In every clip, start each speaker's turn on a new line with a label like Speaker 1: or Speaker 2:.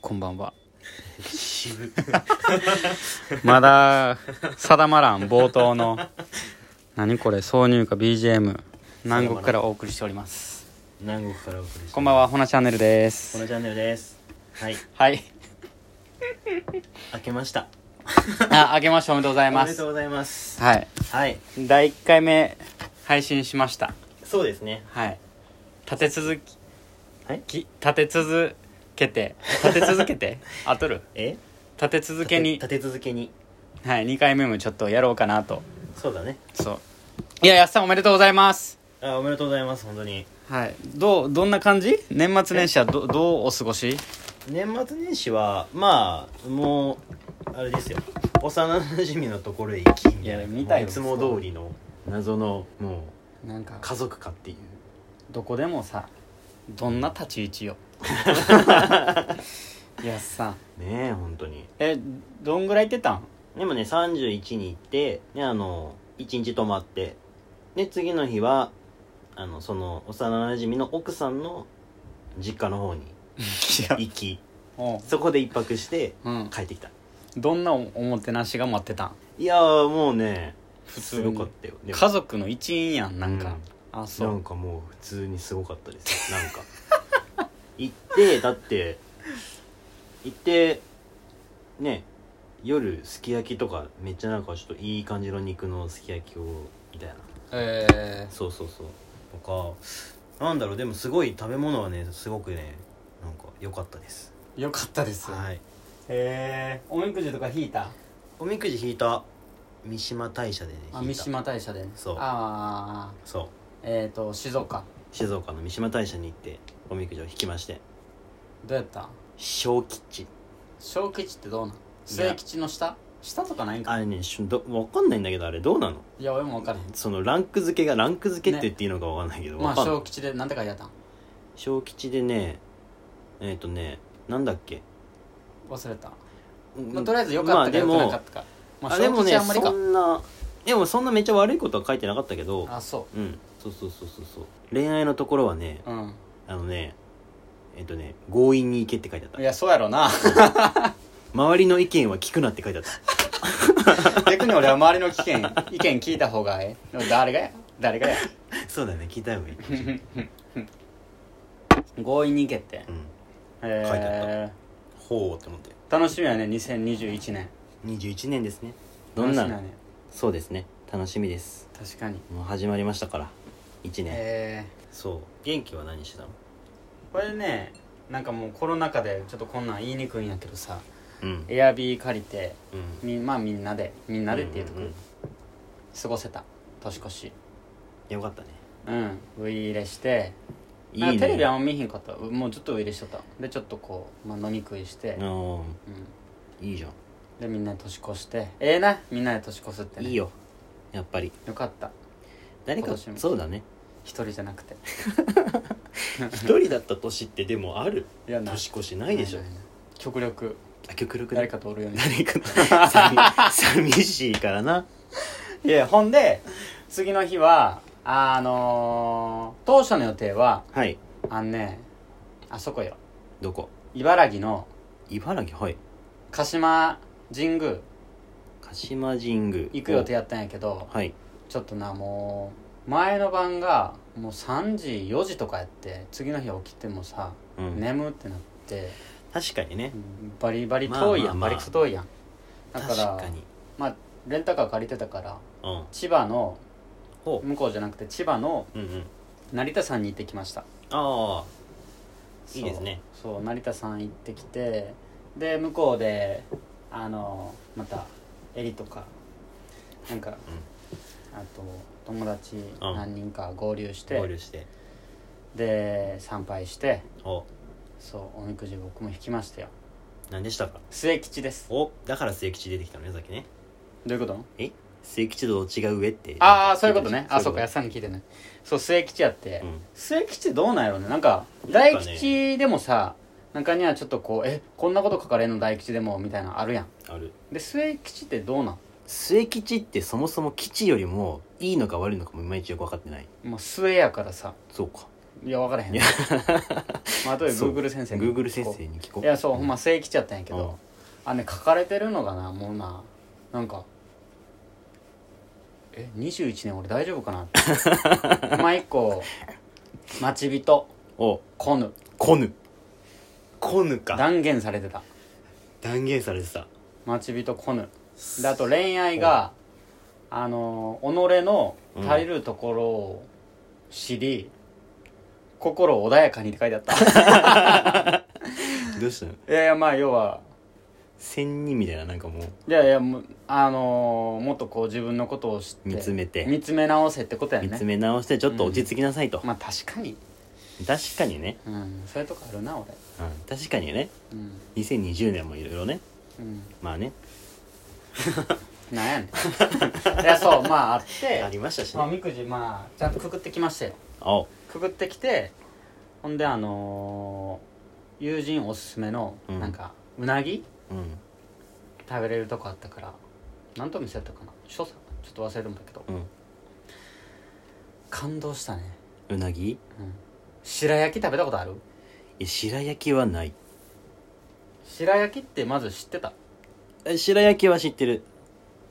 Speaker 1: こんばんは
Speaker 2: 渋
Speaker 1: まだ定まらん冒頭の何これ挿入歌 BGM 南国からお送りしております
Speaker 2: 南国からお送りして
Speaker 1: こんばんはほなチャンネルで
Speaker 2: この
Speaker 1: す
Speaker 2: チャンネルですはい
Speaker 1: はい
Speaker 2: 開けました
Speaker 1: あ明けましておめでとうござい
Speaker 2: おめ
Speaker 1: ま
Speaker 2: ですとうございます
Speaker 1: はい
Speaker 2: はい
Speaker 1: 第1回目配信しました
Speaker 2: そうですね
Speaker 1: はい立て続き
Speaker 2: はい
Speaker 1: き立て続けて立て続け てあとる
Speaker 2: え
Speaker 1: 立て続けに
Speaker 2: 立、て立て続けに
Speaker 1: はい、2回目もちょっとやろうかなと
Speaker 2: そうだね
Speaker 1: そういややっさんおめでとうございます
Speaker 2: あおめでとうございます本当に
Speaker 1: はいどうどんな感じ年末年始はどどうお過ごし
Speaker 2: 年末年始はまあもうあれですよ幼馴染のところへ行きみ
Speaker 1: いや見たよ
Speaker 2: もういつも通りの謎のも
Speaker 1: なんか
Speaker 2: う家族かっていう
Speaker 1: どこでもさどんな立ち位置 よやっさん
Speaker 2: ねえ本当に
Speaker 1: えどんぐらい行ってたん
Speaker 2: でもね31に行ってねあの1日泊まってで次の日はあのその幼馴染の奥さんの実家の方に
Speaker 1: いや
Speaker 2: 行き
Speaker 1: おう
Speaker 2: そこで一泊して
Speaker 1: うん
Speaker 2: 帰ってきた
Speaker 1: どんなおおもてなしが待ってたん
Speaker 2: いやーもうね
Speaker 1: 普
Speaker 2: 普
Speaker 1: 通
Speaker 2: 通
Speaker 1: に
Speaker 2: よかったよでも
Speaker 1: 家族の一員やんなんか、あ
Speaker 2: うん
Speaker 1: そ
Speaker 2: な
Speaker 1: うん
Speaker 2: かもう普通にすごかったですなんか行ってだって行ってね夜すき焼きとかめっちゃなんかちょっといい感じの肉のすき焼きをみたいな
Speaker 1: え
Speaker 2: そうそうそうとかなんだろうでもすごい食べ物はねすごくねなんか良かったです
Speaker 1: ー、よかったです
Speaker 2: はい
Speaker 1: えー、おみくじとか引いた
Speaker 2: おみくじ引いた三島大社でね引いた
Speaker 1: あ三島大社でね
Speaker 2: そう
Speaker 1: ああ
Speaker 2: そう
Speaker 1: えっ、ー、と静岡
Speaker 2: 静岡の三島大社に行っておみくじを引きまして
Speaker 1: どうやったん
Speaker 2: 小吉
Speaker 1: 小吉ってどうなん末吉の下下とかないんか
Speaker 2: あれねしどわかんないんだけどあれどうなの
Speaker 1: いや俺も分からへん
Speaker 2: そのランク付けがランク付けって言っていいのかわかんないけど、
Speaker 1: ま
Speaker 2: わ
Speaker 1: あ
Speaker 2: かんない
Speaker 1: 小吉で何て書いてあったん
Speaker 2: 小吉でねえっ、とねなんだっけ、
Speaker 1: 忘れた、
Speaker 2: うん
Speaker 1: まあ、とりあえず良かったか良くな
Speaker 2: ま
Speaker 1: か
Speaker 2: あ
Speaker 1: っ
Speaker 2: でも
Speaker 1: たか、まあ、
Speaker 2: あで
Speaker 1: 小
Speaker 2: も
Speaker 1: 吉
Speaker 2: ね
Speaker 1: あんまりか
Speaker 2: そんなでもそんなめっちゃ悪いことは書いてなかったけど
Speaker 1: あそ
Speaker 2: うんそうそうそうそうそう恋愛のところはね
Speaker 1: ううん
Speaker 2: あのねえっとね強引に行けって書いてあ
Speaker 1: い
Speaker 2: った
Speaker 1: やそうやろな
Speaker 2: 周りの意見は聞くなって書いてあった
Speaker 1: 逆に俺は周りの意見意見聞いた方がええでも誰がや誰がや
Speaker 2: そうだね聞いたよね、
Speaker 1: 強引に行けって
Speaker 2: うん、書いてあ
Speaker 1: え
Speaker 2: ほうって思って
Speaker 1: ー、楽しみやね2021年
Speaker 2: 21年ですねどんな
Speaker 1: 楽しみやね
Speaker 2: そうですね楽しみです
Speaker 1: 確かに
Speaker 2: もう始まりましたから1年、
Speaker 1: え
Speaker 2: そう元気は何してたの
Speaker 1: ー、これねなんかもうコロナ禍でちょっとこんなん言いにくいんやけどさ
Speaker 2: うん
Speaker 1: エアビー借りて
Speaker 2: うん
Speaker 1: みまあみんなでみんなでっていうとこ
Speaker 2: んん
Speaker 1: 過ごせた年越し
Speaker 2: んよかったね
Speaker 1: うんウイ入れして
Speaker 2: い
Speaker 1: ないん
Speaker 2: ね
Speaker 1: かテレビあんま見ひんかったうもうずっとウイ入れしとったでちょっとこう、まあ、飲み食いして、うん
Speaker 2: ういいじゃん
Speaker 1: でみんなで年越してええなみんなで年越すって、ね、
Speaker 2: いいよやっぱり
Speaker 1: よかった
Speaker 2: 誰
Speaker 1: 今
Speaker 2: か
Speaker 1: 年も
Speaker 2: そうだ ね
Speaker 1: 一人じゃなくて
Speaker 2: 一人だった年ってでもある
Speaker 1: いや
Speaker 2: 年越しないでしょ
Speaker 1: なな極力
Speaker 2: あ極力
Speaker 1: 誰かとおるように
Speaker 2: 誰か寂寂しいからない
Speaker 1: やほんで次の日はあのー、当初の予定は
Speaker 2: はい
Speaker 1: あんねあそこよ
Speaker 2: どこ
Speaker 1: 茨城の
Speaker 2: 茨城はい
Speaker 1: 鹿島神宮
Speaker 2: 鹿島神宮
Speaker 1: 行く予定やったんやけど
Speaker 2: はい
Speaker 1: ちょっとなもう前の晩がもう3時4時とかやって次の日起きてもさ、
Speaker 2: うん
Speaker 1: 眠ってなって
Speaker 2: 確かにね
Speaker 1: バリバリ遠いやん、
Speaker 2: まあまあまあ
Speaker 1: バリクソ遠いやんだから
Speaker 2: 確かに
Speaker 1: まあレンタカー借りてたから
Speaker 2: うん
Speaker 1: 千葉の
Speaker 2: ほ
Speaker 1: 向こうじゃなくて千葉の
Speaker 2: ううんうん
Speaker 1: 成田山に行ってきました
Speaker 2: ああいいですね
Speaker 1: そうそう成田さん行ってきてで向こうであのまた襟とかなんか、あと友達何人か合流して、
Speaker 2: 合流して
Speaker 1: で参拝して
Speaker 2: お
Speaker 1: そうおみくじ僕も引きましたよ
Speaker 2: 何でしたか
Speaker 1: 末吉です
Speaker 2: おだから末吉出てきたのねさっきね
Speaker 1: どういうこと
Speaker 2: え末吉と違う上って
Speaker 1: ああそういうことねあそうか
Speaker 2: い
Speaker 1: 安さんに聞いてねそう末吉やって、
Speaker 2: うん
Speaker 1: 末吉どうなんやろうねなんか
Speaker 2: なん
Speaker 1: 大
Speaker 2: かね
Speaker 1: 吉でもさ中にはちょっとこうえこんなこと書かれんの大吉でもみたいなのあるやん
Speaker 2: ある
Speaker 1: で末吉ってどうなん
Speaker 2: 末吉ってそもそも吉よりもいいのか悪いのかもいまいちよく分かってない
Speaker 1: まあ、末やからさ
Speaker 2: そうか
Speaker 1: いや分からへん
Speaker 2: いや
Speaker 1: まあ後で
Speaker 2: そう
Speaker 1: Google 先生に
Speaker 2: Google 先生に聞こう
Speaker 1: いやそうほんま生来ちゃったんやけど、あね書かれてるのがなもうななんかえ21年俺大丈夫かな ってまあ一個「待ち人
Speaker 2: お
Speaker 1: 来ぬ
Speaker 2: こぬこぬ」か
Speaker 1: 断言されてた
Speaker 2: 断言されてた
Speaker 1: 「待ち人来ぬ」であと恋愛があの己の足りるところを知り、心穏やかにって書いてあ ったい
Speaker 2: どうしたの
Speaker 1: やいやまあ要は
Speaker 2: 仙人みたいななんかもう
Speaker 1: いやいやもうあのーもっとこう自分のことを知って
Speaker 2: 見つめて
Speaker 1: 見つめ直せってことやね
Speaker 2: 見つめ直してちょっと落ち着きなさいと、
Speaker 1: まあ確かに
Speaker 2: 確かにね、
Speaker 1: うんそういうとこあるな俺
Speaker 2: うん、確かにね
Speaker 1: うん
Speaker 2: 2020年もいろいろね
Speaker 1: うん
Speaker 2: まあね
Speaker 1: なん やねんいやそうまああって
Speaker 2: ありましたし
Speaker 1: まあ、
Speaker 2: ね
Speaker 1: みくじまあちゃんとくぐってきましたよ
Speaker 2: お
Speaker 1: くぐってきてほんであのー友人おすすめの
Speaker 2: うん
Speaker 1: なんか、うなぎ
Speaker 2: うん
Speaker 1: 食べれるとこあったからなんと店やったかな所作ちょっと忘れるんだけど
Speaker 2: うん
Speaker 1: 感動したね、
Speaker 2: うなぎい
Speaker 1: うん、白焼き食べたことある
Speaker 2: や白焼きはない
Speaker 1: 白焼きってまず知ってた
Speaker 2: え白焼きは知ってる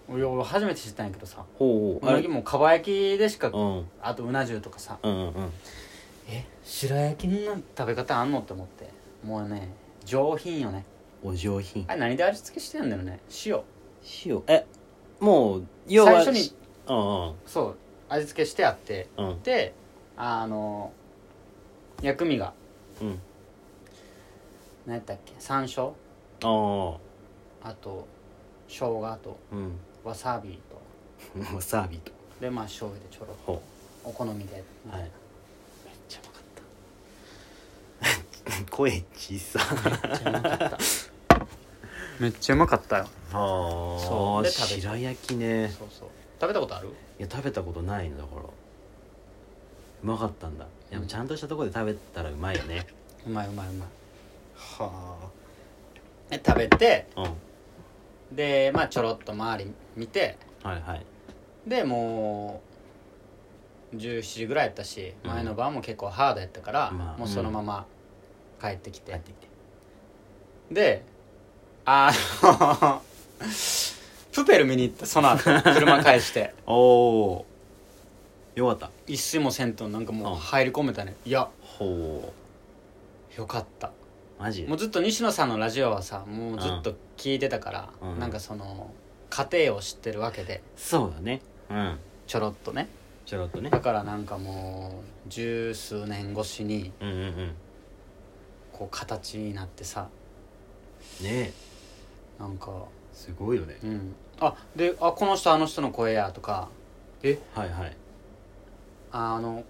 Speaker 1: 俺俺初めて知ったんやけどさ
Speaker 2: ほ
Speaker 1: う
Speaker 2: うあ
Speaker 1: な
Speaker 2: れ
Speaker 1: ぎ
Speaker 2: うん
Speaker 1: もかば焼きでしか
Speaker 2: うん
Speaker 1: あとうな重とかさ
Speaker 2: うんうん
Speaker 1: え白焼きの食べ方あんのって思ってもうね上品よね
Speaker 2: お上品
Speaker 1: あれ何で味付けしてんだよね塩
Speaker 2: 塩えもう要
Speaker 1: 最
Speaker 2: は
Speaker 1: 初に
Speaker 2: うん
Speaker 1: そう味付けしてあって
Speaker 2: うんうん
Speaker 1: であの薬味が
Speaker 2: うん
Speaker 1: 何やったっけ山椒
Speaker 2: あ
Speaker 1: あと生姜と
Speaker 2: あうん
Speaker 1: わさびと
Speaker 2: わさびと
Speaker 1: でまあ醤油でちょろっと
Speaker 2: ほ
Speaker 1: お好みで
Speaker 2: うはいめっちゃうまかった声小さ
Speaker 1: めっちゃうまかった めっちゃうまかったよ
Speaker 2: ああ
Speaker 1: そうで食べ
Speaker 2: 白焼きね
Speaker 1: そうそう食べたことある
Speaker 2: いや食べたことないのだからうまかったんだでもちゃんとしたところで食べたらうまいよね
Speaker 1: うまいうまいうまいはあで食べて
Speaker 2: うんは
Speaker 1: でまあちょろっと周り見て
Speaker 2: いはい
Speaker 1: でもう17時ぐらいやったし
Speaker 2: うん
Speaker 1: 前の晩も結構ハードやったから、
Speaker 2: まあ
Speaker 1: もうそのまま帰ってきて、
Speaker 2: 帰ってきて
Speaker 1: であの プペル見に行ったその後車返して
Speaker 2: おおよかった
Speaker 1: 一睡もせんとなんかも
Speaker 2: う
Speaker 1: うん入り込めたねいや
Speaker 2: ほ
Speaker 1: よかった
Speaker 2: うマジ
Speaker 1: もうずっと西野さんのラジオはさもうずっと聞いてたから、
Speaker 2: うん
Speaker 1: なんかその家庭を知ってるわけで
Speaker 2: そうだねうん
Speaker 1: ちょろっとね
Speaker 2: ちょろっとね
Speaker 1: だからなんかもう十数年越しに
Speaker 2: うんうんうんね
Speaker 1: こう形になってさ
Speaker 2: え
Speaker 1: なんか
Speaker 2: すごいよね
Speaker 1: うんあであこの人あの人の声やとか
Speaker 2: はいはい
Speaker 1: あの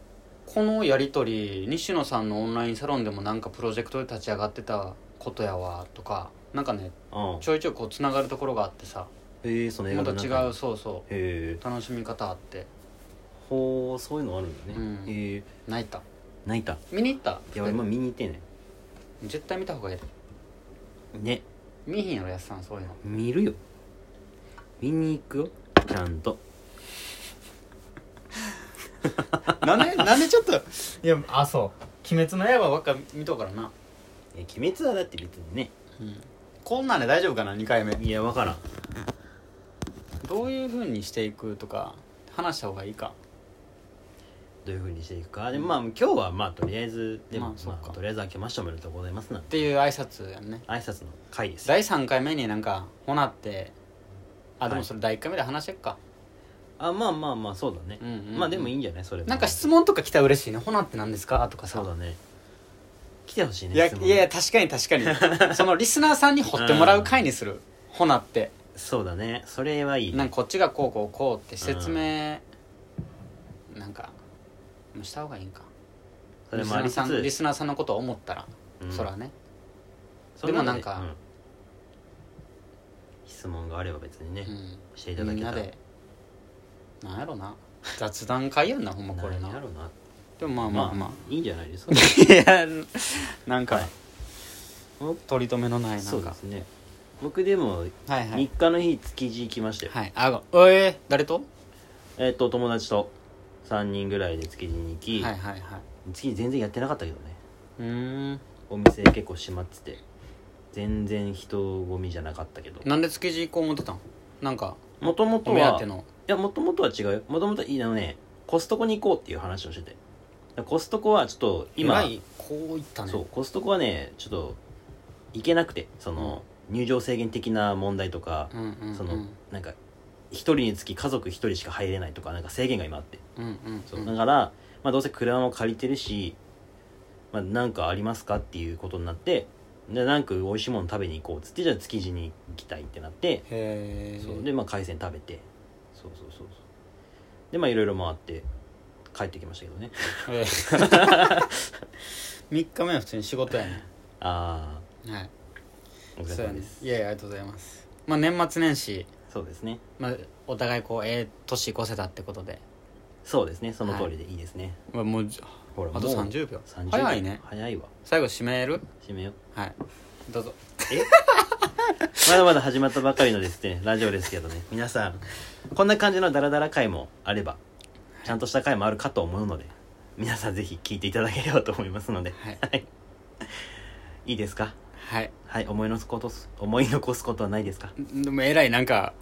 Speaker 1: このやり取り西野さんのオンラインサロンでもなんかプロジェクトで立ち上がってたことやわとかなんかね
Speaker 2: うん
Speaker 1: ちょいちょいこうつながるところがあってさ
Speaker 2: ええその映
Speaker 1: また
Speaker 2: 画の中に
Speaker 1: 違うそうそ
Speaker 2: へえ
Speaker 1: う楽しみ方あって
Speaker 2: ほうそういうのあるんだね、
Speaker 1: うん
Speaker 2: へえ
Speaker 1: 泣いた
Speaker 2: 泣いたい
Speaker 1: 見に行った
Speaker 2: や俺も見に行ってね
Speaker 1: 絶対見た方がいい
Speaker 2: ね
Speaker 1: 見えへんやろやっさんそういうの
Speaker 2: 見るよ見に行くよちゃんと
Speaker 1: なんでなんでちょっといやあそう「鬼滅の刃」ばっか見とうからな、
Speaker 2: え鬼滅はだって別にね
Speaker 1: うん、こんなんで大丈夫かな2回目
Speaker 2: いや分からん
Speaker 1: どういうふうにしていくとか話した方がいいか
Speaker 2: どういうふうにしていくかでもまあ今日はまあとりあえずでも、
Speaker 1: まあそっ
Speaker 2: ま
Speaker 1: か
Speaker 2: あ、とりあえず明けましておめでとうございますなん
Speaker 1: っていう挨拶やんね
Speaker 2: 挨拶の回ですよ
Speaker 1: 第3回目になんか「ほな」ってあで
Speaker 2: は
Speaker 1: も
Speaker 2: い
Speaker 1: それ第1回目で話してっか、
Speaker 2: あまあまあまあそうだね、
Speaker 1: うんうんうん
Speaker 2: まあでもいいんじゃないそれは
Speaker 1: なんか質問とか来たら嬉しいね「ほな」って何ですかとかさ
Speaker 2: そうだね来てほしいね
Speaker 1: いや
Speaker 2: 質問ね
Speaker 1: いやいや確かに確 かにそのリスナーさんに掘ってもらう回にする「ほな」って
Speaker 2: そうだねそれはいい
Speaker 1: なん
Speaker 2: ね
Speaker 1: かこっちがこうこうこうって説明、なんかもうした方がいいんか
Speaker 2: それ
Speaker 1: リス
Speaker 2: もあ
Speaker 1: ナー
Speaker 2: りつ
Speaker 1: さんリ
Speaker 2: つ
Speaker 1: スナーさんのことを思ったら、
Speaker 2: うん
Speaker 1: そらね
Speaker 2: その
Speaker 1: で
Speaker 2: 中
Speaker 1: もなんか
Speaker 2: う質問があれば別に
Speaker 1: う
Speaker 2: ね、していた
Speaker 1: ん
Speaker 2: だ
Speaker 1: みん
Speaker 2: けた
Speaker 1: な
Speaker 2: ら
Speaker 1: でなんやろな雑談会やんなほんまこれ
Speaker 2: 何や
Speaker 1: な
Speaker 2: ろうな
Speaker 1: でもまあまあまあ
Speaker 2: いいんじゃないです か
Speaker 1: いやなんか、
Speaker 2: はい
Speaker 1: 取り留めのないな
Speaker 2: そ
Speaker 1: ん
Speaker 2: うで
Speaker 1: か
Speaker 2: すね僕でも
Speaker 1: はいは
Speaker 2: 3
Speaker 1: い
Speaker 2: 日の日築地行きましたよ、
Speaker 1: はいあごえー、誰と
Speaker 2: えっ、と友達と3人ぐらいで築地に
Speaker 1: は
Speaker 2: 行き、
Speaker 1: いはいはい
Speaker 2: 僕次全然やってなかったけどね
Speaker 1: うーん
Speaker 2: お店結構閉まってて全然人混みじゃなかったけど
Speaker 1: なんで築地行こう思ってたんなんか
Speaker 2: もとも
Speaker 1: お
Speaker 2: と
Speaker 1: 目当
Speaker 2: は
Speaker 1: ての
Speaker 2: いやもともとは違うよもともといいあのねコストコに行こうっていう話をしててだからコストコはちょっと今
Speaker 1: えらいこういったね
Speaker 2: そうコストコはねちょっと行けなくてその、入場制限的な問題とか、
Speaker 1: うんうんうん
Speaker 2: そのなんか一人につき家族一人しか入れないとかなんか制限が今あって
Speaker 1: うんうん
Speaker 2: そうう、
Speaker 1: ん
Speaker 2: だから、まあ、どうせ車も借りてるし、まあ、なんかありますかっていうことになってでなんか美味しいもの食べに行こうっつってじゃあ築地に行きたいってなって
Speaker 1: へえ
Speaker 2: そうでまあ海鮮食べてそうそうそうそうでまあいろいろ回って帰ってきましたけどね
Speaker 1: 3日目は普通に仕事やね
Speaker 2: あ
Speaker 1: はい
Speaker 2: あお
Speaker 1: そ
Speaker 2: 疲
Speaker 1: う
Speaker 2: れ
Speaker 1: や
Speaker 2: 様
Speaker 1: ね
Speaker 2: です
Speaker 1: いやいやありがとうございますまあ年末年始、
Speaker 2: そうですね
Speaker 1: まあ、お互いこうええ年越せたってことで
Speaker 2: そうですねその通りでいいですね、
Speaker 1: まあもう
Speaker 2: ほら
Speaker 1: あと
Speaker 2: もう
Speaker 1: 30秒
Speaker 2: 30秒
Speaker 1: 早いね
Speaker 2: 早いわ
Speaker 1: 最後締める
Speaker 2: 締めよう
Speaker 1: はいどうぞ
Speaker 2: まだまだ始まったばかりのですね、ラジオですけどね、皆さん、こんな感じのダラダラ回もあれば、ちゃんとした回もあるかと思うので、皆さんぜひ聞いていただければと思いますので、
Speaker 1: はい
Speaker 2: いいですか
Speaker 1: はい
Speaker 2: はい、思い残すことす、思い残すことはないですか
Speaker 1: んでもえらいなん か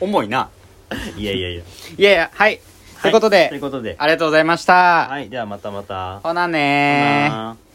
Speaker 1: 重いない
Speaker 2: やいやいや。
Speaker 1: いやいやはい、ということ
Speaker 2: という
Speaker 1: で
Speaker 2: ことで、
Speaker 1: ありがとうございました、
Speaker 2: はい、ではまたまた。
Speaker 1: ほなねー
Speaker 2: ほな